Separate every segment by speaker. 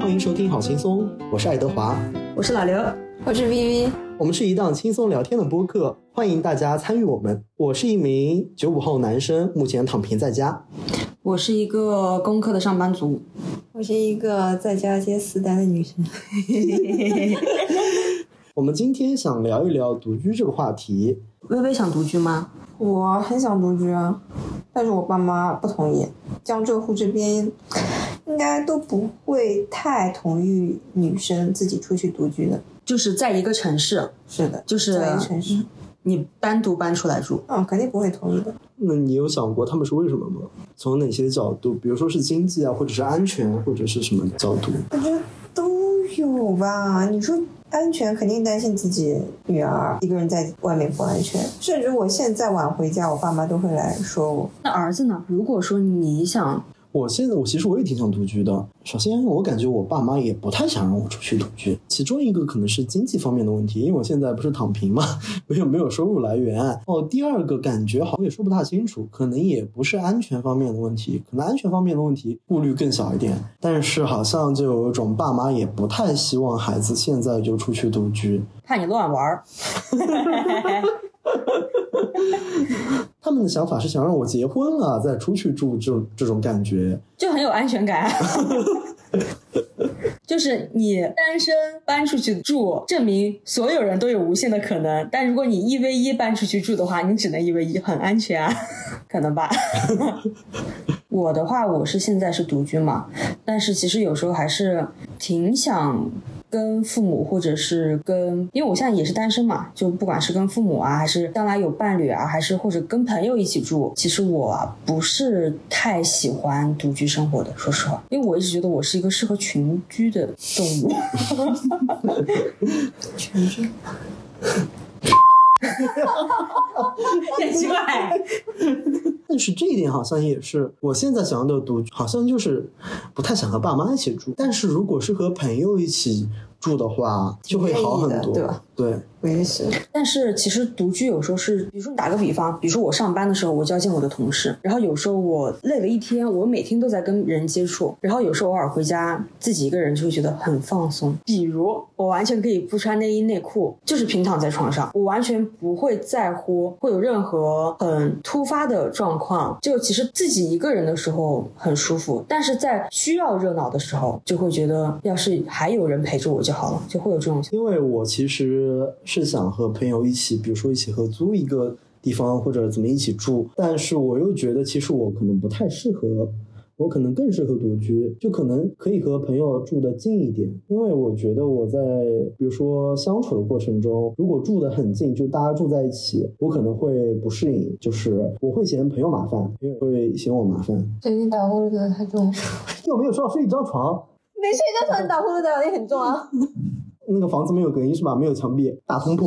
Speaker 1: 欢迎收听《好轻松》，我是爱德华，
Speaker 2: 我是老刘，
Speaker 3: 我是 VV。
Speaker 1: 我们是一档轻松聊天的播客，欢迎大家参与我们。我是一名九五后男生，目前躺平在家。
Speaker 2: 我是一个工科的上班 族，
Speaker 3: 我是一个在家接私单的女生。
Speaker 1: 我们今天想聊一聊独居这个话题。
Speaker 2: 微微想独居吗？
Speaker 3: 我很想独居啊，但是我爸妈不同意。江浙沪这边应该都不会太同意女生自己出去独居的。
Speaker 2: 就是在一个城市，
Speaker 3: 是啊的，
Speaker 2: 就是
Speaker 3: 在一个城市，
Speaker 2: 你单独搬出来住，
Speaker 3: 嗯，肯定不会同意的。
Speaker 1: 那你有想过他们是为什么吗？从哪些角度？比如说是经济啊，或者是安全，或者是什么角度？
Speaker 3: 我觉得都有吧。你说安全，肯定担心自己女儿一个人在外面不安全，甚至我现在晚回家，我爸妈都会来说我。
Speaker 2: 那儿子呢？如果说你想，
Speaker 1: 我现在我其实我也挺想独居的。首先，我感觉我爸妈也不太想让我出去独居，其中一个可能是经济方面的问题，因为我现在不是躺平嘛， 没有没有收入来源。哦，第二个感觉好像也说不大清楚，可能也不是安全方面的问题，可能安全方面的问题顾虑更小一点。但是好像就有一种爸妈也不太希望孩子现在就出去独居，
Speaker 2: 怕你乱玩儿。
Speaker 1: 他们的想法是想让我结婚了再出去住，这种这种感觉。
Speaker 2: 就很有安全 感。就是你单身搬出去住，证明所有人都有无限的可能。但如果你一 v 一搬出去住的话，你只能一 v 一，很安全啊， 可能吧。我的话，我是现在是独居嘛，但是其实有时候还是挺想跟父母，或者是跟，因为我现在也是单身嘛，就不管是跟父母啊，还是将来有伴侣啊，还是或者跟朋友一起住，其实我啊不是太喜欢独居生活的，说实话，因为我一直觉得我是一个适合群居的动物。
Speaker 3: 全是
Speaker 2: 很奇怪，
Speaker 1: 但是这一点好像也是我现在想要的独居，好像就是不太想和爸妈一起住。但是如果是和朋友一起住的话，就会好很
Speaker 3: 挺愿意的
Speaker 1: 多，
Speaker 3: 对吧
Speaker 1: 对
Speaker 3: 我也是，
Speaker 2: 但是其实独居有时候是，比如说你打个比方，比如说我上班的时候，我就要见我的同事，然后有时候我累了一天，我每天都在跟人接触，然后有时候偶尔回家自己一个人就会觉得很放松。比如我完全可以不穿内衣内裤，就是平躺在床上，我完全不会在乎会有任何很突发的状况。就其实自己一个人的时候很舒服，但是在需要热闹的时候，就会觉得要是还有人陪着我就好了，就会有这种。
Speaker 1: 因为我其实是想和朋友一起，比如说一起合租一个地方或者怎么一起住，但是我又觉得其实我可能不太适合。我可能更适合独居，就可能可以和朋友住得近一点，因为我觉得我在比如说相处的过程中，如果住得很近，就大家住在一起，我可能会不适应，就是我会嫌朋友麻烦，朋友会嫌我麻烦，
Speaker 4: 最近打呼噜的太重，
Speaker 1: 又没有说要睡一张床，
Speaker 4: 没睡觉床打呼噜的也很重啊。
Speaker 1: 那个房子没有隔音是吧？没有墙壁，大通铺。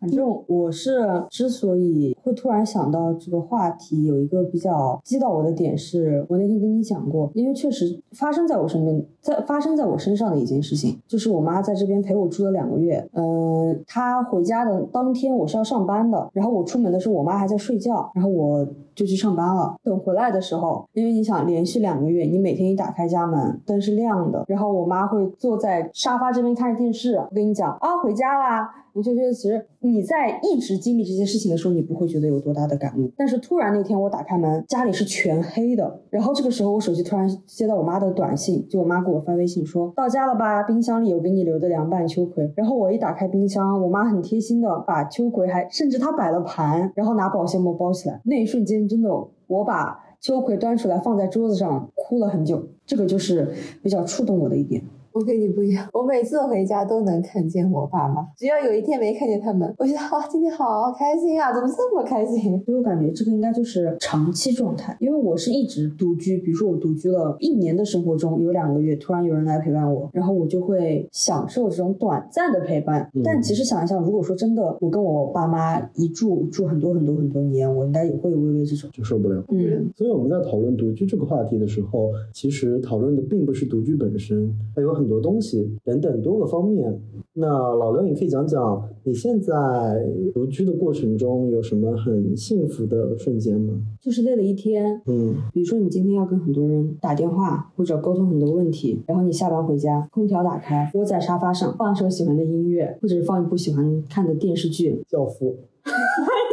Speaker 2: 反正我是之所以会突然想到这个话题，有一个比较激到我的点是，我那天跟你讲过，因为确实发生在我身边，在发生在我身上的一件事情，就是我妈在这边陪我住了两个月，嗯、她回家的当天我是要上班的，然后我出门的时候，我妈还在睡觉，然后我就去上班了。等回来的时候，因为你想连续两个月，你每天一打开家门，灯是亮的，然后我妈会坐在沙发这边看着电视。我跟你讲啊，回家啦！你就觉得其实你在一直经历这些事情的时候，你不会觉得有多大的感悟。但是突然那天我打开门，家里是全黑的，然后这个时候我手机突然接到我妈的短信，就我妈给我发微信说到家了吧，冰箱里有给你留的凉拌秋葵。然后我一打开冰箱，我妈很贴心的把秋葵还甚至她摆了盘，然后拿保鲜膜包起来。那一瞬间真的，我把秋葵端出来放在桌子上，哭了很久。这个就是比较触动我的一点。
Speaker 4: 我跟你不一样，我每次回家都能看见我爸妈，只要有一天没看见他们，我觉得哇，今天好开心啊，怎么这么开心？
Speaker 2: 所以我感觉这个应该就是长期状态，因为我是一直独居，比如说我独居了一年的生活中，有两个月突然有人来陪伴我，然后我就会享受这种短暂的陪伴。
Speaker 1: 嗯
Speaker 2: 但其实想一想，如果说真的我跟我爸妈一住住很多很多很多年，我应该也会微微这种。
Speaker 1: 就受不了。
Speaker 2: 嗯，
Speaker 1: 所以我们在讨论独居这个话题的时候，其实讨论的并不是独居本身，还有很很多东西等等多个方面。那老刘，你可以讲讲你现在独居的过程中有什么很幸福的瞬间吗？
Speaker 2: 就是累了一天，
Speaker 1: 嗯
Speaker 2: 比如说你今天要跟很多人打电话或者沟通很多问题，然后你下班回家，空调打开，窝在沙发上，放一首喜欢的音乐，或者是放一部喜欢看的电视剧，
Speaker 1: 教父，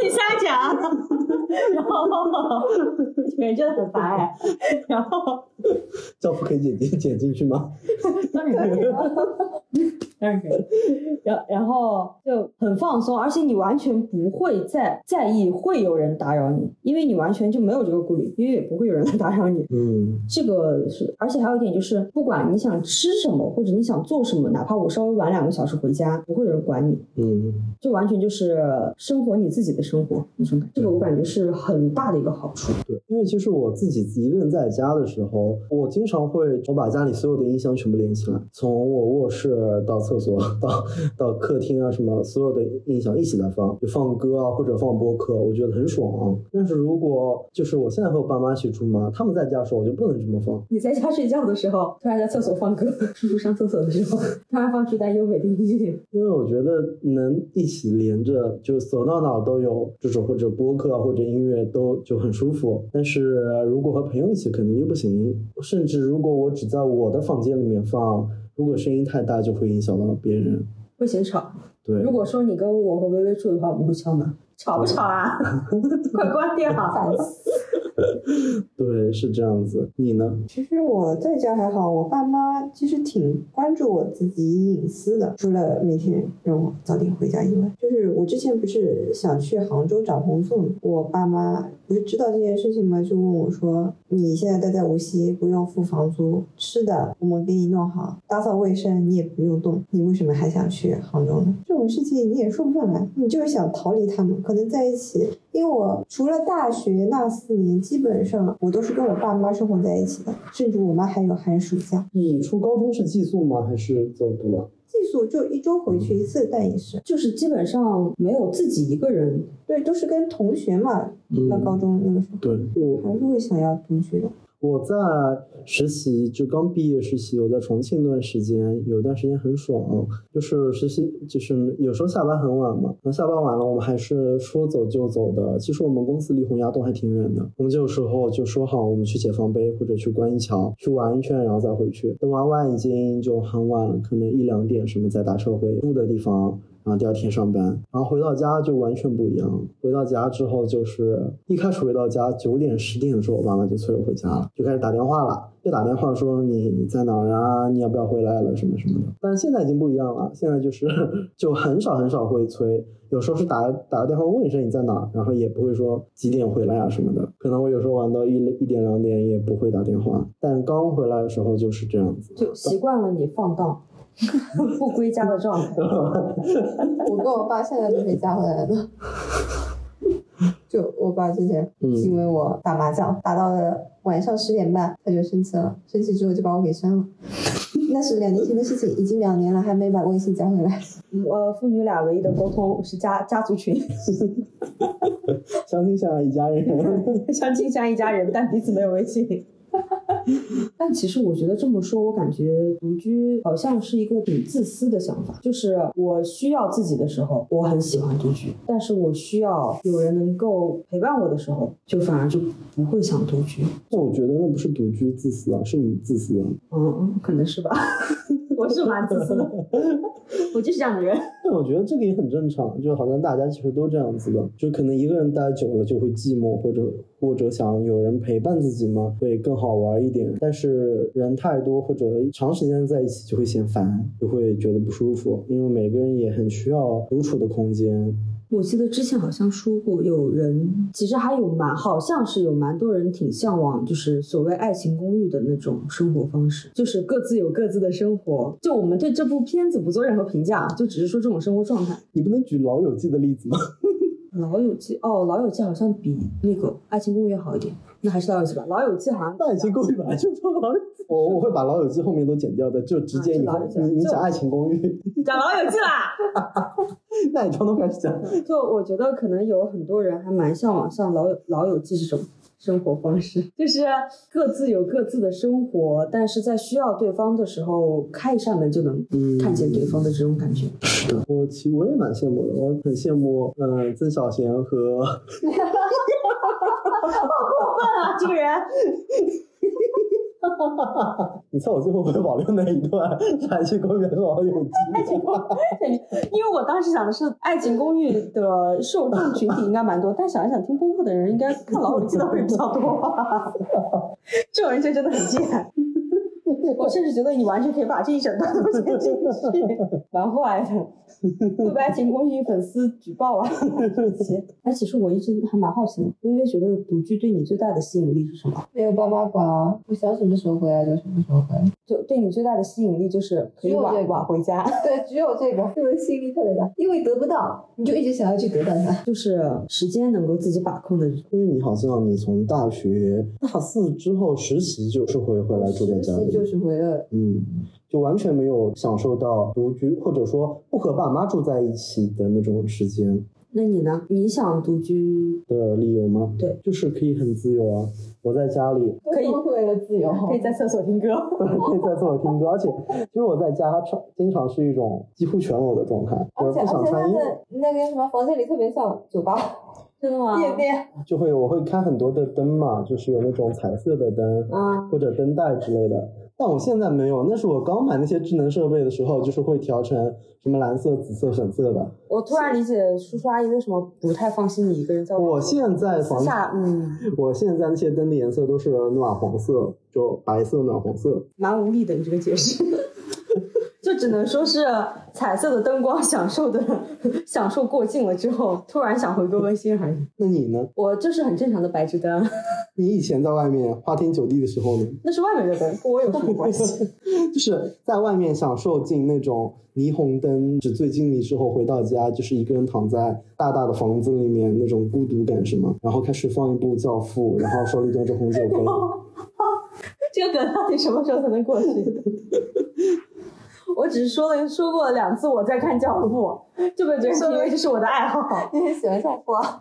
Speaker 2: 你瞎讲，然后 人真的很烦哎，然后
Speaker 1: 教父可以剪剪剪进去吗？
Speaker 2: 当然可以了，当然可以。然然后就很放松，而且你完全不会在在意会有人打扰你，因为你完全就没有这个顾虑，因为也不会有人 来打扰你。
Speaker 1: 嗯
Speaker 2: 这个是，而且还有一点就是，不管你想吃什么或者你想做什么，哪怕我稍微晚两个小时回家，不会有人管你，
Speaker 1: 嗯，
Speaker 2: 就完全就是生活你自己的生活那种感觉。这个我感觉是很大的一个好处。
Speaker 1: 对，因为其实我自己一个人在家的时候，我经常会我把家里所有的音箱全部连起来，从我卧室到厕所到到客厅啊什么，所有的音响一起来放，就放歌啊或者放播客，我觉得很爽。啊但是如果就是我现在和我爸妈一起住嘛，他们在家的时候我就不能这么放，
Speaker 2: 你在家睡觉的时候，突然在厕所放歌； 叔叔上厕所的时候，突然放出一段优美的音乐。
Speaker 1: 因为我觉得能一起连着，就走到哪儿都有这种或者播客啊或者音乐都就很舒服。但是如果和朋友一起，肯定就不行。甚至如果我只在我的房间里面放，如果声音太大，就会影响到别人。
Speaker 2: 会嫌吵。
Speaker 1: 对，
Speaker 2: 如果说你跟我和微微住的话，我们会敲门，吵不吵啊？ 快关啊掉！
Speaker 5: 烦
Speaker 1: 对是这样子。你呢？
Speaker 4: 其实我在家还好，我爸妈其实挺关注我自己隐私的，除了每天让我早点回家以外，就是我之前不是想去杭州找工作嘛，我爸妈不是知道这件事情吗？就问我说：“你现在待在无锡，不用付房租，吃的我们给你弄好，打扫卫生你也不用动，你为什么还想去杭州呢？”这种事情你也说不上来，你就是想逃离他们，可能在一起因为我除了大学那四年，基本上我都是跟我爸妈生活在一起的，甚至我妈还有寒暑假，
Speaker 1: 你初高中是寄宿吗？还是走读啊？
Speaker 4: 寄宿就一周回去一次，但也是
Speaker 2: 就是基本上没有自己一个人，
Speaker 4: 对，都是跟同学嘛。那高中那个时候，
Speaker 1: 嗯对我
Speaker 4: 还是会想要独居的。
Speaker 1: 我在实习，就刚毕业实习，我在重庆那段时间，有一段时间很爽，就是实习，就是有时候下班很晚嘛，然后下班晚了，我们还是说走就走的。其实我们公司离洪崖洞还挺远的，我们就有时候就说好，我们去解放碑或者去观音桥去玩一圈，然后再回去。等玩完已经就很晚了，可能一两点什么再打车回住的地方，然后第二天上班，然后回到家就完全不一样了。回到家之后，就是一开始回到家九点十点的时候，我爸妈就催我回家了，就开始打电话了，就打电话说你在哪儿啊？你要不要回来了？什么什么的。但是现在已经不一样了，现在就是就很少很少会催，有时候是打打个电话问一声你在哪儿，然后也不会说几点回来啊什么的。可能我有时候玩到一一点两点也不会打电话，但刚回来的时候就是这样子。
Speaker 2: 就习惯了你放荡、 不归家的状态。
Speaker 5: 我跟我爸现在都没加回来的，
Speaker 4: 就我爸之前
Speaker 1: 嗯
Speaker 4: 因为我打麻将、打到了晚上十点半，他就生气了，生气之后就把我给删了。那是两年前的事情，已经两年了，还没把微信加回来。
Speaker 2: 我父女俩唯一的沟通是家家族群，
Speaker 1: 相亲相爱一家人。
Speaker 2: 相亲像一家人， 但彼此没有微信。 但其实我觉得这么说，我感觉独居好像是一个挺自私的想法。就是我需要自己的时候，我很喜欢独居；但是我需要有人能够陪伴我的时候，就反而就不会想独居。
Speaker 1: 但我觉得那不是独居自私啊，是你自私啊。
Speaker 2: 嗯，可能是吧。 我是蛮自私 的，我就是这样的人。
Speaker 1: 但我觉得这个也很正常，就好像大家其实都这样子的，就可能一个人待久了就会寂寞，或者或者想有人陪伴自己嘛，会更好玩一点。但是人太多或者长时间在一起就会嫌烦，就会觉得不舒服，因为每个人也很需要独处的空间。
Speaker 2: 我记得之前好像说过，有人其实还有蛮，好像是有蛮多人挺向往，就是所谓爱情公寓的那种生活方式，就是各自有各自的生活。就我们对这部片子不做任何评价，就只是说这种生活状态。
Speaker 1: 你不能举《老友记》的例子吗？
Speaker 2: 老友记哦，老友记好像比那个爱情公寓好一点，那还是老友记吧。老友记好像
Speaker 1: 那爱情公寓本来就说老友记，我我会把《老友记》后面都剪掉的，就直接你、
Speaker 2: 啊是老友记
Speaker 1: 你你讲《爱情公寓》，
Speaker 2: 讲老友记啦。
Speaker 1: 那你从头开始讲。
Speaker 2: 就我觉得可能有很多人还蛮向往像老友老友记这种生活方式，就是各自有各自的生活，但是在需要对方的时候，开一扇门就能
Speaker 1: 嗯
Speaker 2: 看见对方的这种感觉。
Speaker 1: 是的，我其实我也蛮羡慕的，我很羡慕，嗯、曾小贤和
Speaker 2: 啊，这个人
Speaker 1: 你猜我最后会保留哪一段？海去公园老友记。
Speaker 2: 因为我当时想的是《爱情公寓》的受众群体应该蛮多，但想一想，听播客的人应该看老友记的会比较多吧。 这种人就真的很贱。我甚至觉得你完全可以把这一整段都写进去，蛮坏的，会被《爱情公寓》粉丝举报啊！对不起。哎，其实我一直还蛮好奇的，微微觉得独居对你最大的吸引力是什么？
Speaker 4: 没有爸妈管啊，我想什么时候回来就什么时候回来。
Speaker 2: 就对你最大的吸引力就是可以
Speaker 4: 只有这
Speaker 2: 晚
Speaker 4: 个
Speaker 2: 晚回家。
Speaker 4: 对，只有这个，这个吸引力特别大，因为得不到，你就一直想要去得到它。
Speaker 2: 就是时间能够自己把控的人。
Speaker 1: 因为你好像你从大学大四之后实习就是会回来住在家
Speaker 4: 实
Speaker 1: 里，
Speaker 4: 习就是回了，
Speaker 1: 嗯，就完全没有享受到独居或者说不和爸妈住在一起的那种时间
Speaker 2: 那你呢？你想独居，
Speaker 1: 的理由吗？
Speaker 2: 对，
Speaker 1: 就是可以很自由啊，我在家里
Speaker 2: 可以
Speaker 4: 都是为了自由，
Speaker 2: 可以在厕所听歌。
Speaker 1: 可以在厕所听歌，而且其实我在家常经常是一种几乎全裸的状态，就
Speaker 4: 而
Speaker 1: 是
Speaker 4: 且
Speaker 1: 不想
Speaker 4: 而且他
Speaker 1: 穿衣服。
Speaker 4: 的那个什么房间里特别像酒吧、
Speaker 2: 真的吗
Speaker 4: 夜店，
Speaker 1: 就会我会开很多的灯嘛，就是有那种彩色的灯
Speaker 2: 啊，
Speaker 1: 或者灯带之类的。但我现在没有，那是我刚买那些智能设备的时候，就是会调成什么蓝色、紫色、粉色的。
Speaker 2: 我突然理解叔叔阿姨为什么不太放心你一个人在外面
Speaker 1: 我现在
Speaker 2: 私
Speaker 1: 房，
Speaker 2: 下，嗯，
Speaker 1: 我现在那些灯的颜色都是暖黄色，就白色、暖黄色。
Speaker 2: 蛮无力的，你这个解释。 就只能说是彩色的灯光享受的 享受过境了之后，突然想回归温馨而已。
Speaker 1: 那你呢？
Speaker 2: 我这是很正常的白炽灯，
Speaker 1: 你以前在外面花天酒地的时候呢？
Speaker 2: 那是外面的灯，跟我有什么关系？
Speaker 1: 就是在外面享受进那种霓虹灯纸醉金迷之后，回到家就是一个人躺在大大的房子里面那种孤独感是吗？然后开始放一部《教父》，然后手里端着红酒杯，
Speaker 2: 这个梗到底什么时候才能过去？ 我只是说了说过了两次我在看《教父》，就被别人以为这是我的爱好。
Speaker 4: 你很喜欢上啊花。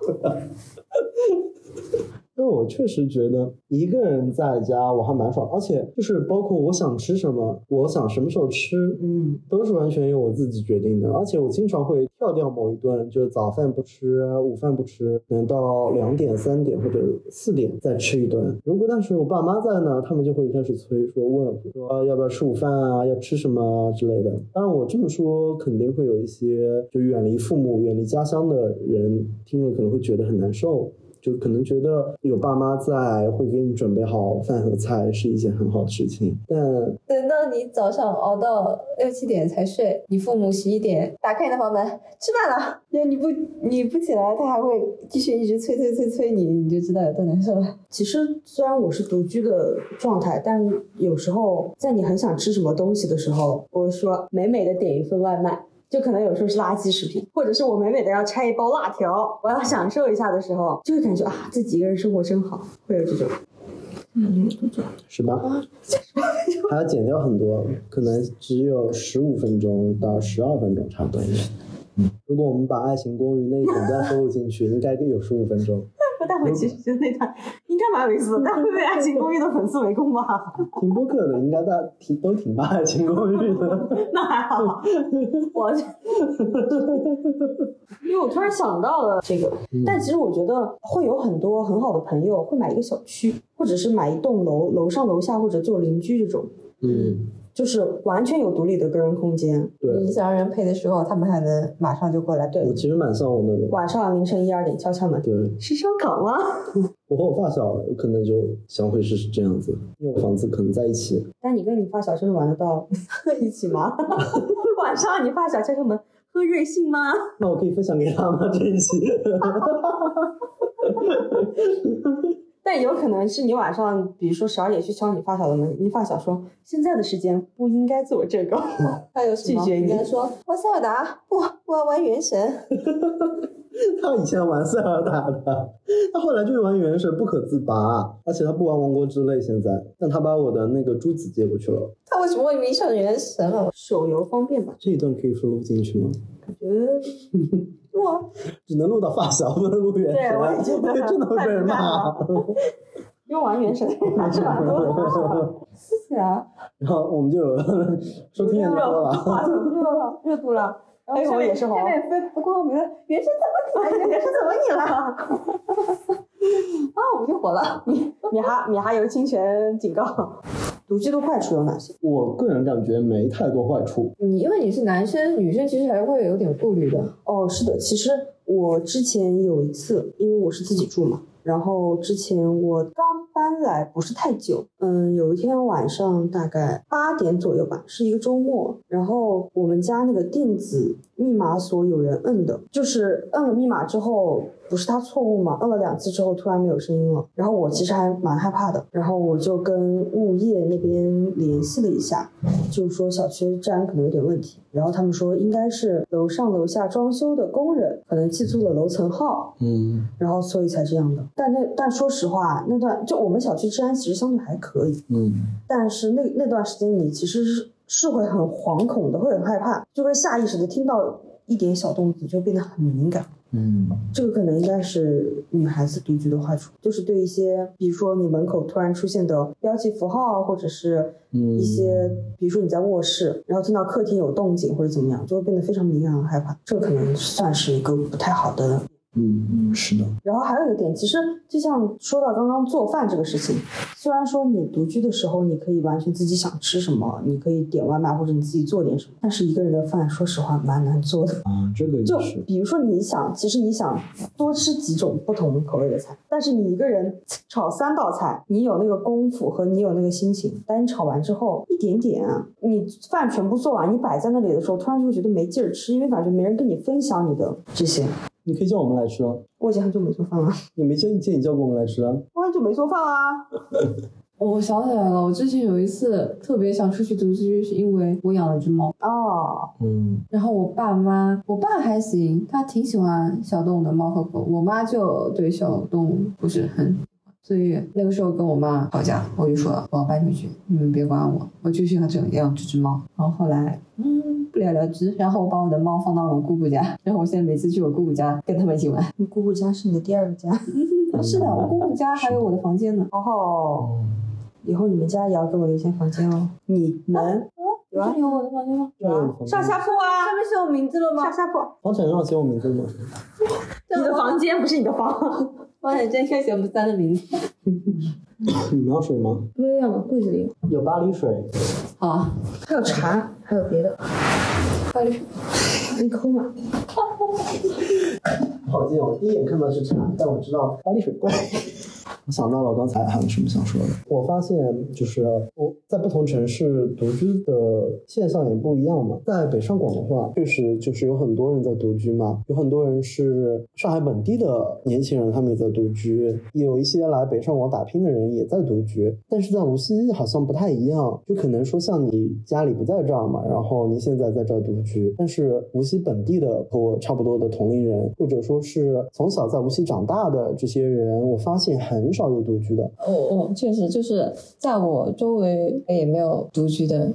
Speaker 1: 因为我确实觉得一个人在家我还蛮爽，而且就是包括我想吃什么，我想什么时候吃，
Speaker 2: 嗯，
Speaker 1: 都是完全由我自己决定的。而且我经常会跳掉某一顿，就是早饭不吃，午饭不吃，可能到两点、三点或者四点再吃一顿。如果但是我爸妈在呢，他们就会开始催说问说、啊要不要吃午饭啊，要吃什么啊之类的。当然我这么说肯定会有一些就远离父母、远离家乡的人听了可能会觉得很难受。就可能觉得有爸妈在，会给你准备好饭和菜是一件很好的事情，但
Speaker 4: 等到你早上熬到六七点才睡，你父母十一点打开你的房门，吃饭了。因为你不你不起来，他还会继续一直催催催催你，你就知道有多难受了。
Speaker 2: 其实虽然我是独居的状态，但有时候在你很想吃什么东西的时候，我会说美美的点一份外卖。就可能有时候是垃圾食品，或者是我美美的要拆一包辣条，我要享受一下的时候，就会感觉啊，自己一个人生活真好，会有这种。
Speaker 1: 是吧？ 还要减掉很多，可能只有十五分钟到十二分钟差不多。嗯，如果我们把《爱情公寓》那一整段收录进去，应该有十五分钟。
Speaker 2: 但我其实觉得那段应该蛮有意思的，但会被《爱情公寓》的粉丝围攻吧？
Speaker 1: 听播客的应该大挺都挺吧，《爱情公寓》的。
Speaker 2: 那还好，我，因为我突然想到了这个，但其实我觉得会有很多很好的朋友会买一个小区，或者是买一栋楼，楼上楼下或者做邻居这种，
Speaker 1: 嗯，
Speaker 2: 就是完全有独立的个人空间。
Speaker 1: 对
Speaker 4: 你，想让人陪的时候，他们还能马上就过来。
Speaker 1: 我其实蛮向往那种。
Speaker 2: 晚上凌晨一二点敲敲门，
Speaker 1: 对，
Speaker 2: 是烧烤吗？
Speaker 1: 我和我发小可能就想会是这样子，因为我房子可能在一起，
Speaker 2: 但你跟你发小真的玩得到 一起吗？ 晚上你发小敲敲门，喝瑞幸吗？
Speaker 1: 那我可以分享给他吗？这一期
Speaker 2: 但有可能是你晚上，比如说十二点去敲你发小的门，你发小说现在的时间不应该做这个，
Speaker 1: 嗯
Speaker 4: 还有什么？
Speaker 2: 拒绝你
Speaker 4: 跟他说玩塞尔达，不，我要玩原神。
Speaker 1: 他以前玩塞尔达的，他后来就玩原神不可自拔，而且他不玩王国之泪现在，但他把我的那个珠子借过去了。
Speaker 4: 他为什么会迷上原神了？啊
Speaker 2: 手游方便吧？
Speaker 1: 这一段可以收录进去吗？
Speaker 2: 感觉哇，
Speaker 1: 只能录到发小，不能录原
Speaker 4: 对
Speaker 1: 神
Speaker 4: 我也觉，得
Speaker 1: 真的会被人骂。
Speaker 4: 用完原神还是蛮多的。
Speaker 2: 是啊，
Speaker 1: 然后我们就有 收听量就多了。
Speaker 4: 话筒 热了，热度了。然后
Speaker 6: 哎
Speaker 4: 上
Speaker 6: 我
Speaker 4: 面
Speaker 6: 也是红
Speaker 4: 上面分不过我们的原神怎么你了？原神怎么你 了？啊，我们就火 了。
Speaker 6: 米哈米哈游侵权警 告，
Speaker 2: 毒制度坏处有哪些？
Speaker 1: 我个人感觉没太多坏处，
Speaker 4: 你因为你是男生，女生其实还是会有点顾虑的。
Speaker 6: 哦，是的，其实我之前有一次，因为我是自己住嘛，
Speaker 2: 然后之前我刚搬来不是太久，嗯，有一天晚上大概八点左右吧，是一个周末。然后我们家那个电子密码锁有人摁的，就是摁了密码之后，不是他错误嘛，摁了两次之后突然没有声音了。然后我其实还蛮害怕的，然后我就跟物业那边联系了一下，就是说小区治安可能有点问题。然后他们说应该是楼上楼下装修的工人可能记错了楼层号，
Speaker 1: 嗯
Speaker 2: 然后所以才这样的。但那但说实话，那段就我们小区治安其实相对还可以，
Speaker 1: 嗯，
Speaker 2: 但是那那段时间你其实是是会很惶恐的，会很害怕，就会下意识的听到一点小动静就变得很敏感。
Speaker 1: 嗯，
Speaker 2: 这个可能应该是女孩子独居的坏处，就是对一些，比如说你门口突然出现的标记符号啊，或者是
Speaker 1: 嗯
Speaker 2: 一些，比如说你在卧室，然后听到客厅有动静或者怎么样，就会变得非常敏感和害怕。这可能算是一个不太好的
Speaker 1: 嗯，是的，
Speaker 2: 然后还有一个点，其实就像说到刚刚做饭这个事情，虽然说你独居的时候，你可以完全自己想吃什么，你可以点外卖或者你自己做点什么，但是一个人的饭，说实话蛮难做的。
Speaker 1: 啊，这个也，
Speaker 2: 就是比如说你想，其实你想多吃几种不同口味的菜，但是你一个人炒三道菜，你有那个功夫和你有那个心情，但你炒完之后一点点啊，你饭全部做完，你摆在那里的时候，突然就会觉得没劲儿吃，因为感觉没人跟你分享你的这些。
Speaker 1: 你可以叫我们来吃啊，
Speaker 2: 我已经很久没做饭了。
Speaker 1: 也没见见你叫过我们来吃啊，
Speaker 2: 我很久没做饭啦、
Speaker 4: 哦我想起来了，我之前有一次特别想出去独居，是因为我养了只猫。
Speaker 2: 哦，
Speaker 1: 嗯
Speaker 4: 然后我爸妈，我爸还行，他挺喜欢小动物的猫和狗。我妈就对小动物不是很，所以那个时候跟我妈吵架，我就说我要搬出去，你们别管我，我就喜欢这养这只猫。然后后来，嗯，不了了之。然后我把我的猫放到了我姑姑家，然后我现在每次去我姑姑家跟他们一起玩。
Speaker 2: 你姑姑家是你的第二个家，
Speaker 4: 是的，我姑姑家还有我的房间呢。
Speaker 2: 哦吼，以后你们家也要给我留一间房间哦。你 们
Speaker 4: 有啊，有我的房间吗？
Speaker 1: 有啊
Speaker 2: 上下铺啊，
Speaker 4: 上面是有名字了吗？
Speaker 2: 上下铺，
Speaker 1: 房产证上写我名字了吗？
Speaker 4: 你的房
Speaker 2: 间不是你的房。
Speaker 4: 房产证上写我们三的名字。
Speaker 1: 你们要水吗？
Speaker 6: 不是养柜子里，
Speaker 1: 有巴黎水，
Speaker 4: 好啊，
Speaker 2: 还有茶，
Speaker 6: 还有别的，
Speaker 4: 快点。
Speaker 2: 你抠嘛？
Speaker 1: 好近哦！我第一眼看到是茶，但我知道巴黎水怪。 我想到了我刚才还有什么想说的。我发现就是我在不同城市独居的现象也不一样嘛。在北上广的话，确实就是有很多人在独居嘛，有很多人是上海本地的年轻人，他们也在独居，有一些来北上广打拼的人也在独居。但是在无锡好像不太一样，就可能说像你家里不在这儿嘛，然后你现在在这儿独居，但是无锡本地的和我差不多的同龄人，或者说是从小在无锡长大的这些人，我发现很少有独居的。
Speaker 7: 哦
Speaker 4: 我我确实就是在我周围也没有独居的，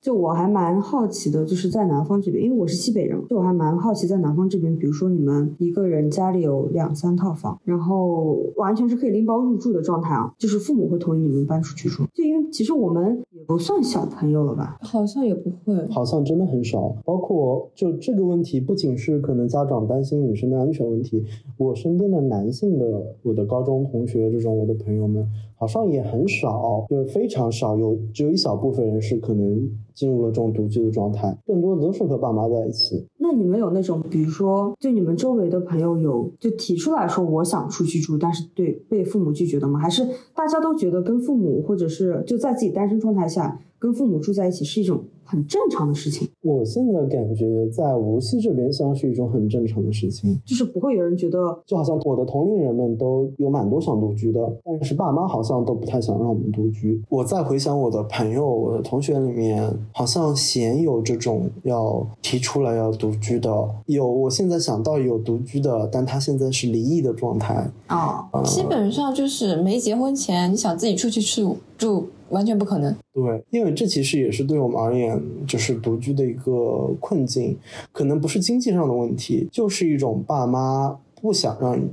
Speaker 2: 就我还蛮好奇的，就是在南方这边，因为我是西北人嘛，就我还蛮好奇在南方这边，比如说你们一个人家里有两三套房，然后完全是可以拎包入住的状态啊，就是父母会同意你们搬出去住，就因为其实我们也不算小朋友了吧，
Speaker 4: 好像也不会。
Speaker 1: 好像真的很少。包括就这个问题，不仅是可能家长担心女生的安全问题，我身边的男性的我的高中同学这种我的朋友们，好像也很少，就是非常少，有只有一小部分人是可能进入了这种独居的状态，更多的都是和爸妈在一起。
Speaker 2: 那你们有那种，比如说，就你们周围的朋友有就提出来说我想出去住，但是对被父母拒绝的吗？还是大家都觉得跟父母或者是就在自己单身状态下跟父母住在一起是一种很正常的事情，
Speaker 1: 我现在感觉在无锡这边像是一种很正常的事情，
Speaker 2: 就是不会有人觉得
Speaker 1: 就好像我的同龄人们都有蛮多想独居的，但是爸妈好像都不太想让我们独居。我再回想我的朋友、我的同学里面，好像鲜有这种要提出来要独居的，有我现在想到有独居的，但他现在是离异的状态。
Speaker 2: 啊、
Speaker 8: 基本上就是没结婚前，你想自己出去住住，完全不可能。
Speaker 1: 对，因为这其实也是对我们而言们就是独居的一个困境，可能不是经济上的问题，就是一种爸妈不想让你，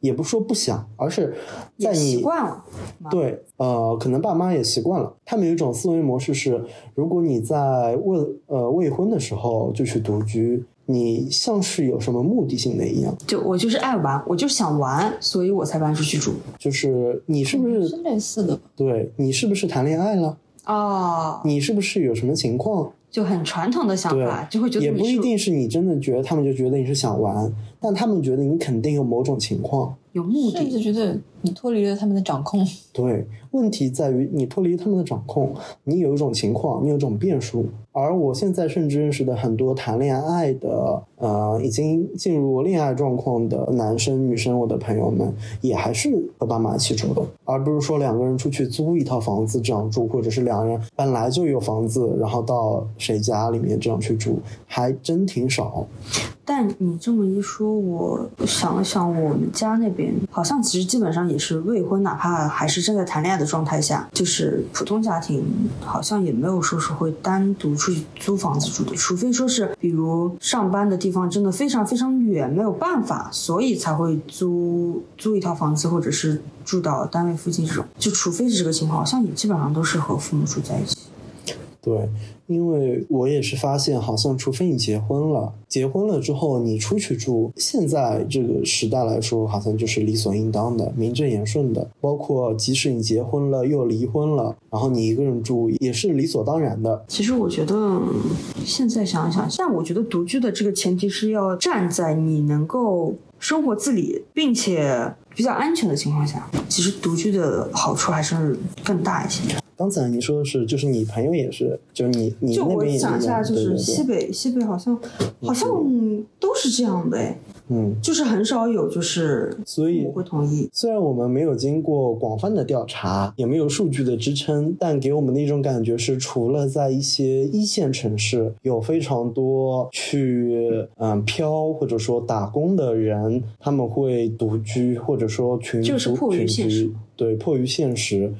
Speaker 1: 也不是说不想，而是在
Speaker 2: 也习
Speaker 1: 你
Speaker 2: 惯了。
Speaker 1: 对，呃，可能爸妈也习惯了。他们有一种思维模式是，如果你在未呃未婚的时候就去独居，你像是有什么目的性的一样，
Speaker 2: 就我就是爱玩，我就是想玩，所以我才搬出去住。
Speaker 1: 就是你是不
Speaker 2: 嗯
Speaker 7: 是
Speaker 1: 是
Speaker 7: 类似的吧？
Speaker 1: 对你是不是谈恋爱了？
Speaker 2: 哦，
Speaker 1: 你是不是有什么情况？
Speaker 2: 就很传统的想法，
Speaker 1: 对
Speaker 2: 就会觉得
Speaker 1: 也不
Speaker 2: 你
Speaker 1: 一
Speaker 2: 是
Speaker 1: 定是你真的觉得，他们就觉得你是想玩，但他们觉得你肯定有某种情况。
Speaker 2: 有目
Speaker 7: 甚
Speaker 2: 的。
Speaker 7: 至觉得你脱离了他们的掌控，
Speaker 1: 对，问题在于你脱离他们的掌控，你有一种情况，你有一种变数。而我现在甚至认识的很多谈恋爱的，呃，已经进入恋爱状况的男生、女生，我的朋友们也还是和爸妈一起住的，而不是说两个人出去租一套房子这样住，或者是两人本来就有房子，然后到谁家里面这样去住，还真挺少。
Speaker 2: 但你这么一说，我想了想，我们家那边好像其实基本上也是未婚，哪怕还是正在谈恋爱的状态下，就是普通家庭好像也没有说是会单独出去租房子住的，除非说是比如上班的地方真的非常非常远，没有办法，所以才会租租一套房子，或者是住到单位附近这种。就除非是这个情况，好像也基本上都是和父母住在一起。
Speaker 1: 对，因为我也是发现，好像除非你结婚了，结婚了之后你出去住，现在这个时代来说，好像就是理所应当的、名正言顺的。包括即使你结婚了又离婚了，然后你一个人住也是理所当然的。
Speaker 2: 其实我觉得嗯现在想一想，但我觉得独居的这个前提是要站在你能够生活自理，并且比较安全的情况下，其实独居的好处还是更大一些。
Speaker 1: 刚才你说的是，就是你朋友也是，就是你你
Speaker 2: 就
Speaker 1: 那
Speaker 2: 我
Speaker 1: 边也
Speaker 2: 想一
Speaker 1: 一
Speaker 2: 下，
Speaker 1: 样
Speaker 2: 就是西
Speaker 1: 对对对，
Speaker 2: 北，西北好像好像都是这样的哎，
Speaker 1: 嗯，
Speaker 2: 就是很少有就是
Speaker 1: 所以
Speaker 2: 我会同意。
Speaker 1: 虽然我们没有经过广泛的调查，也没有数据的支撑，但给我们的一种感觉是，除了在一些一线城市有非常多去嗯漂或者说打工的人，他们会独居或者说群
Speaker 2: 就是
Speaker 1: 族
Speaker 2: 迫于
Speaker 1: 群
Speaker 2: 现
Speaker 1: 居
Speaker 2: 实
Speaker 1: 对，迫于现实，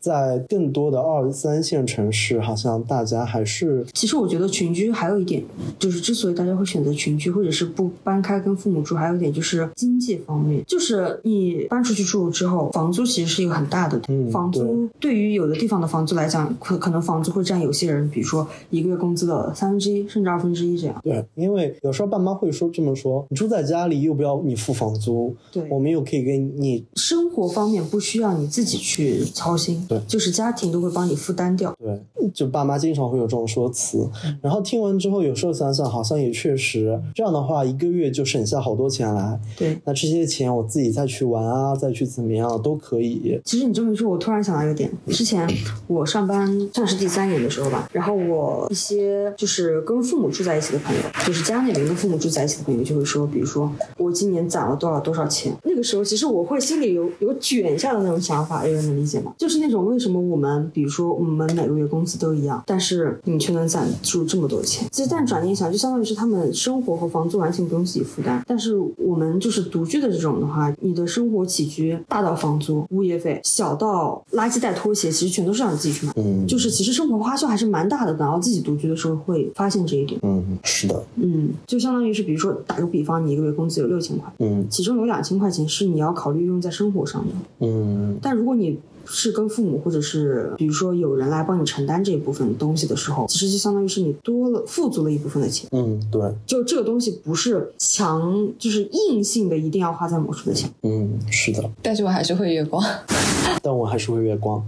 Speaker 1: 在更多的二三线城市，好像大家还是
Speaker 2: 其实我觉得群居还有一点，就是之所以大家会选择群居，或者是不搬开跟父母住，还有一点就是经济方面，就是你搬出去住之后，房租其实是一个很大的，
Speaker 1: 嗯
Speaker 2: 房租对于有的地方的房租来讲，可可能房租会占有些人，比如说一个月工资的三分之一甚至二分之一这样。
Speaker 1: 对，因为有时候爸妈会说这么说，你住在家里又不要你付房租，
Speaker 2: 对
Speaker 1: 我们又可以给你
Speaker 2: 生活方面不需要你自己去操心，
Speaker 1: 对
Speaker 2: 就是家庭都会帮你负担掉。
Speaker 1: 对，就爸妈经常会有这种说辞，
Speaker 2: 嗯
Speaker 1: 然后听完之后，有时候想想，好像也确实这样的话，一个月就省下好多钱来。
Speaker 2: 对，
Speaker 1: 那这些钱我自己再去玩啊，再去怎么样都可以。
Speaker 2: 其实你这么一说，我突然想到一个点。之前我上班算是第三年的时候吧，然后我一些就是跟父母住在一起的朋友，就是家那边跟父母住在一起的朋友，就会说，比如说我今年攒了多少多少钱。那个时候，其实我会心里有有卷一下的那种想法，有人能理解吗？就是那种为什么我们，比如说我们每个月工资都一样，但是你却能攒住这么多钱。其实但转念一想，就相当于是他们生活和房租完全不用自己负担，但是我们就是独居的这种的话，你的生活起居大到房租、物业费，小到垃圾袋、拖鞋，其实全都是让你自己去买。
Speaker 1: 嗯，
Speaker 2: 就是其实生活花销还是蛮大的，然后自己独居的时候会发现这一点。
Speaker 1: 嗯，是的，
Speaker 2: 嗯，就相当于是，比如说打个比方，你一个月工资有六千块，
Speaker 1: 嗯
Speaker 2: 其中有两千块钱是你要考虑用在生活上的。
Speaker 1: 嗯
Speaker 2: 但如果你是跟父母或者是比如说有人来帮你承担这一部分东西的时候，其实就相当于是你多了富足了一部分的钱。
Speaker 1: 嗯，对，
Speaker 2: 就这个东西不是强，就是硬性的一定要花在某处的钱。
Speaker 1: 嗯是的，
Speaker 7: 但是我还是会月光。
Speaker 1: 但我还是会月光。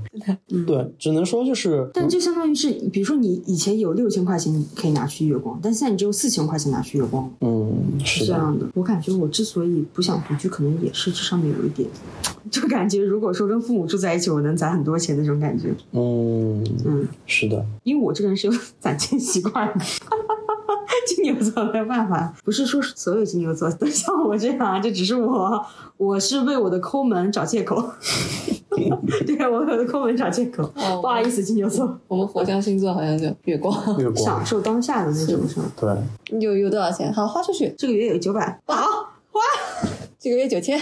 Speaker 2: 嗯
Speaker 1: 对，只能说就是
Speaker 2: 但就相当于是，比如说你以前有六千块钱你可以拿去月光，但现在你只有四千块钱拿去月光，
Speaker 1: 嗯
Speaker 2: 是啊
Speaker 1: 是
Speaker 2: 这
Speaker 1: 的，
Speaker 2: 样的。我感觉我之所以不想独居，可能也是这上面有一点， 就感觉如果说跟父母住在一起，我能攒很多钱的那种感觉。
Speaker 1: 嗯
Speaker 2: 嗯，
Speaker 1: 是的，
Speaker 2: 因为我这个人是有 攒钱习惯的。 金牛座没有办法，不是说所有金牛座都像我这样啊，这只是我，我是为我的抠门找借口。对，我为我的抠门找借口，
Speaker 7: 哦
Speaker 2: 不好意思，金牛座，
Speaker 7: 我们火象星座好像就月光，
Speaker 1: 月
Speaker 2: 享
Speaker 1: 光。
Speaker 2: 受当下的那种是吧？
Speaker 1: 对，
Speaker 7: 你有有多少钱？好，花出去，
Speaker 2: 这个月有九百，好，
Speaker 7: 这个月九千，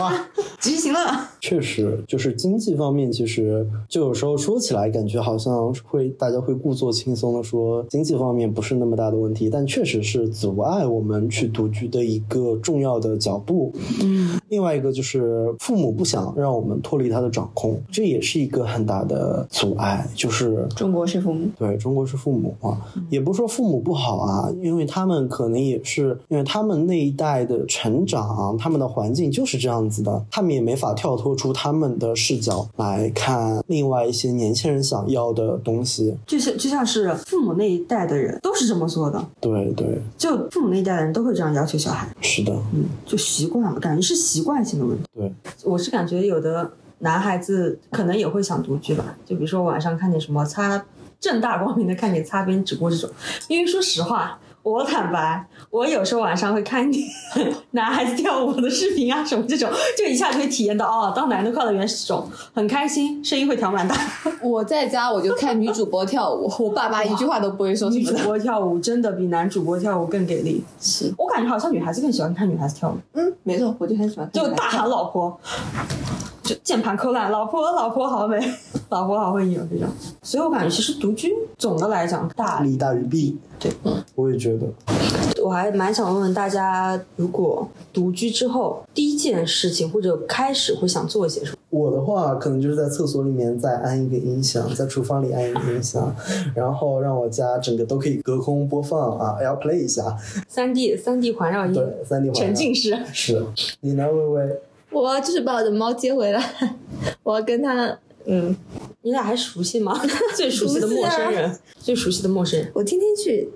Speaker 1: 哇，
Speaker 4: 执行了。
Speaker 1: 确实就是经济方面，其实就有时候说起来，感觉好像会大家会故作轻松的说经济方面不是那么大的问题，但确实是阻碍我们去独居的一个重要的脚步。
Speaker 4: 嗯，
Speaker 1: 另外一个就是父母不想让我们脱离他的掌控，这也是一个很大的阻碍，就是
Speaker 7: 中国式父母，
Speaker 1: 对，中国是父母啊，
Speaker 2: 嗯
Speaker 1: 也不是说父母不好啊，因为他们可能也是因为他们那一代的成长，他们的环境就是这样子的，他们也没法跳脱出他们的视角来看另外一些年轻人想要的东西。
Speaker 2: 就像就像是父母那一代的人都是这么做的，
Speaker 1: 对对，
Speaker 2: 就父母那一代的人都会这样要求小孩，
Speaker 1: 是的，
Speaker 2: 嗯，就习惯了，感觉是习惯性的问题。
Speaker 1: 对，
Speaker 2: 我是感觉有的男孩子可能也会想独居吧，就比如说晚上看见什么擦，正大光明的看见擦边直播这种，因为说实话。我坦白，我有时候晚上会看见男孩子跳舞的视频啊，什么这种，就一下就会体验到哦，当男人的快乐源是这种，很开心，声音会调蛮大。
Speaker 7: 我在家我就看女主播跳舞，我爸妈一句话都不会说什
Speaker 2: 女
Speaker 7: 么
Speaker 2: 主
Speaker 7: 的。
Speaker 2: 播跳舞真的比男主播跳舞更给力，
Speaker 7: 是，
Speaker 2: 我感觉好像女孩子更喜欢看女孩子跳舞，
Speaker 7: 嗯，没错，我就很喜欢看
Speaker 2: 就
Speaker 7: 这个
Speaker 2: 大喊老婆，就键盘扣烂，老婆老婆好美， 老婆好会啊扭这种。所以我感觉其实独居总的来讲大，
Speaker 1: 利大于弊。
Speaker 2: 嗯对，嗯
Speaker 1: 我也觉得，
Speaker 2: 我还蛮想问问大家，如果独居之后第一件事情或者开始会想做些什么？
Speaker 1: 我的话可能就是在厕所里面再安一个音响，在厨房里安一个音响，然后让我家整个都可以隔空播放啊，AirPlay 一下，
Speaker 2: 三 D 三 D 环绕音
Speaker 1: 对，三 D 环绕
Speaker 2: 沉浸式，
Speaker 1: 是你呢，薇薇？
Speaker 9: 我就是把我的猫接回来， 我要跟它，嗯，
Speaker 2: 你俩还熟悉吗？ 最熟悉的陌生 人，
Speaker 1: 啊
Speaker 2: 最熟悉的陌生人。
Speaker 9: 我天天去，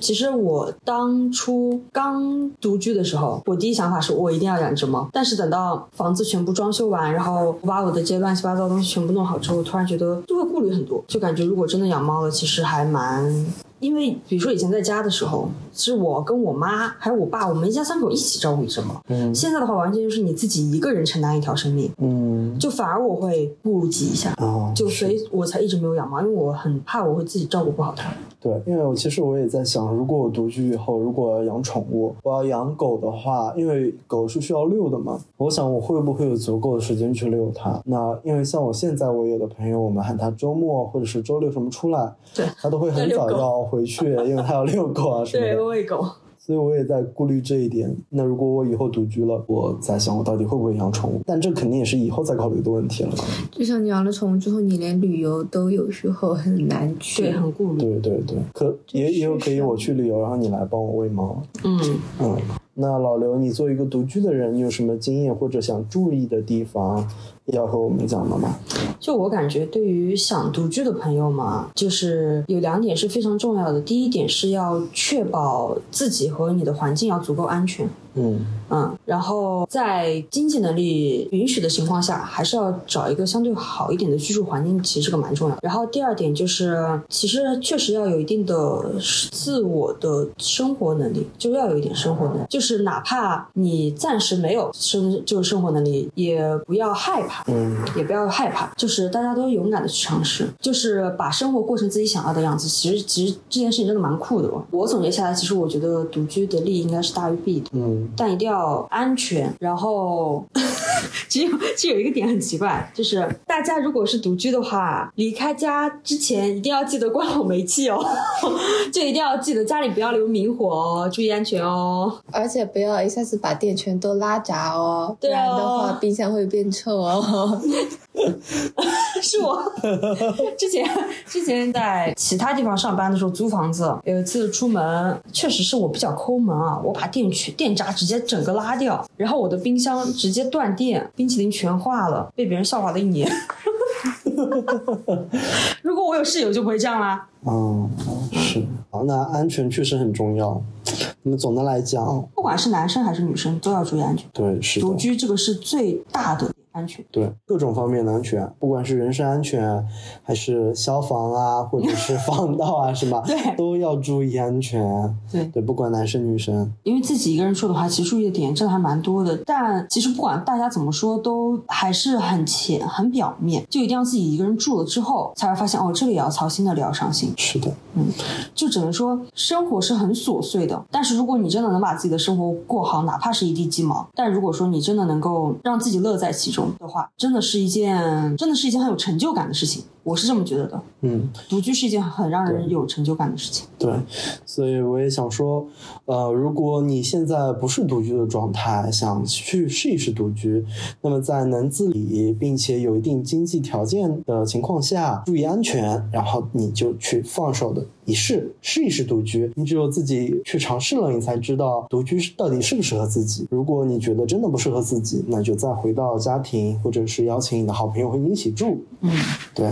Speaker 2: 其实我当初刚独居的时候，我第一想法是我一定要养只猫。但是等到房子全部装修完，然后我把我的这些乱七八糟的东西全部弄好之后，我突然觉得就会顾虑很多，就感觉如果真的养猫了，其实还蛮。因为比如说以前在家的时候，是我跟我妈还有我爸，我们一家三口一起照顾一只猫。
Speaker 1: 嗯
Speaker 2: 现在的话，完全就是你自己一个人承担一条生命，
Speaker 1: 嗯，
Speaker 2: 就反而我会顾及一下，
Speaker 1: 哦，
Speaker 2: 就所以我才一直没有养猫，因为我很怕我会自己照顾不好它。
Speaker 1: 对，因为我其实我也在想，如果我独居以后，如果要养宠物，我要养狗的话，因为狗是需要遛的嘛，我想我会不会有足够的时间去遛它？那因为像我现在我有的朋友，我们喊他周末或者是周六什么出来，
Speaker 2: 对，
Speaker 1: 他都会很早要回去，因为他要遛狗啊什么的。
Speaker 2: 喂狗。
Speaker 1: 所以我也在顾虑这一点。那如果我以后独居了，我在想我到底会不会养宠物？但这肯定也是以后再考虑的问题了。
Speaker 9: 就像你养了宠物之后，你连旅游都有时候很难去。
Speaker 2: 对，很顾虑。
Speaker 1: 对对对，可也也有可以我去旅游，然后你来帮我喂猫。
Speaker 2: 嗯，
Speaker 1: 嗯，那老刘，你作为一个独居的人，你有什么经验或者想注意的地方要和我们讲的吗？
Speaker 2: 就我感觉，对于想独居的朋友嘛，就是有两点是非常重要的。第一点是要确保自己和你的环境要足够安全。
Speaker 1: 嗯
Speaker 2: 嗯，然后在经济能力允许的情况下，还是要找一个相对好一点的居住环境，其实这个蛮重要。然后第二点就是，其实确实要有一定的自我的生活能力，就要有一点生活能力，就是哪怕你暂时没有生就是生活能力，也不要害怕，
Speaker 1: 嗯，
Speaker 2: 也不要害怕，就是大家都勇敢的去尝试，就是把生活过成自己想要的样子。其实其实这件事情真的蛮酷的哦。我总结下来，其实我觉得独居的利应该是大于弊的。
Speaker 1: 嗯
Speaker 2: 但一定要安全。然后， 只有只有一个点很奇怪，就是大家如果是独居的话，离开家之前一定要记得关好煤气哦， 就一定要记得家里不要留明火哦，注意安全哦。
Speaker 9: 而且不要一下子把电全都拉闸哦，不
Speaker 2: 对哦
Speaker 9: 然的话冰箱会变臭哦。
Speaker 2: 是我之前之前在其他地方上班的时候租房子，有一次出门，确实是我比较抠门啊，我把电全电闸直接整个拉掉，然后我的冰箱直接断电，冰淇淋全化了，被别人笑话了一年。 如果我有室友就不会这样啦。
Speaker 1: 嗯，是。好，那安全确实很重要。那么总的来讲，
Speaker 2: 不管是男生还是女生，都要注意安全。
Speaker 1: 对，是的
Speaker 2: 独。居这个是最大的，安全。
Speaker 1: 对各种方面的安全，不管是人身安全，还是消防啊，或者 是防盗啊，是吧？
Speaker 2: 对
Speaker 1: 都要注意安全。
Speaker 2: 对
Speaker 1: 对，不管男生女生，
Speaker 2: 因为自己一个人住的话，其实注意的点真的还蛮多的。但其实不管大家怎么说，都还是很浅、很表面，就一定要自己一个人住了之后，才会发现哦，这个也要操心，那里也要伤心。
Speaker 1: 是的，
Speaker 2: 就只能说生活是很琐碎的，但是如果你真的能把自己的生活过好，哪怕是一地鸡毛，但如果说你真的能够让自己乐在其中的话，真的是一件真的是一件很有成就感的事情。我是这么觉得的，
Speaker 1: 嗯。
Speaker 2: 独居是一件很让人有成就感的事情。
Speaker 1: 对，所以我也想说，呃，如果你现在不是独居的状态，想去试一试独居，那么在能自理并且有一定经济条件的情况下，注意安全，然后你就去放手的一试，试一试独居。你只有自己去尝试了，你才知道独居是到底适不适合自己。如果你觉得真的不适合自己，那就再回到家庭，或者是邀请你的好朋友和你一起住。
Speaker 2: 嗯，
Speaker 1: 对，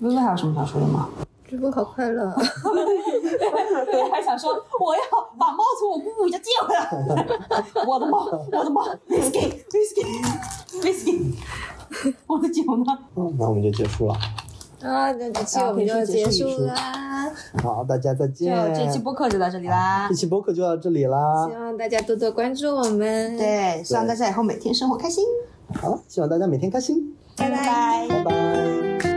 Speaker 2: 薇薇还有什么想说的吗？
Speaker 9: 直 播好快乐，
Speaker 2: 对， 还想说我要把猫从我姑姑家借回来。 我的猫，我的猫，whisky，whisky，whisky，我的酒呢？
Speaker 1: 嗯那我们就结束了。
Speaker 9: 啊，那这期
Speaker 2: 啊
Speaker 9: 我
Speaker 2: 可
Speaker 9: 们
Speaker 2: 以说
Speaker 9: 就
Speaker 2: 结
Speaker 9: 结
Speaker 2: 束
Speaker 9: 束
Speaker 2: 一
Speaker 9: 啦，
Speaker 1: 好，大家再
Speaker 2: 就
Speaker 1: 见。
Speaker 2: 这期播客就到这里啦
Speaker 1: 这。期播客就到这里啦
Speaker 9: 希。望大家多多关注我们，，
Speaker 2: 对，希望大家以后每天生活开心。
Speaker 1: 好，希望大家每天开心，
Speaker 9: 拜
Speaker 2: 拜
Speaker 9: 拜。
Speaker 2: 拜。
Speaker 1: 拜拜。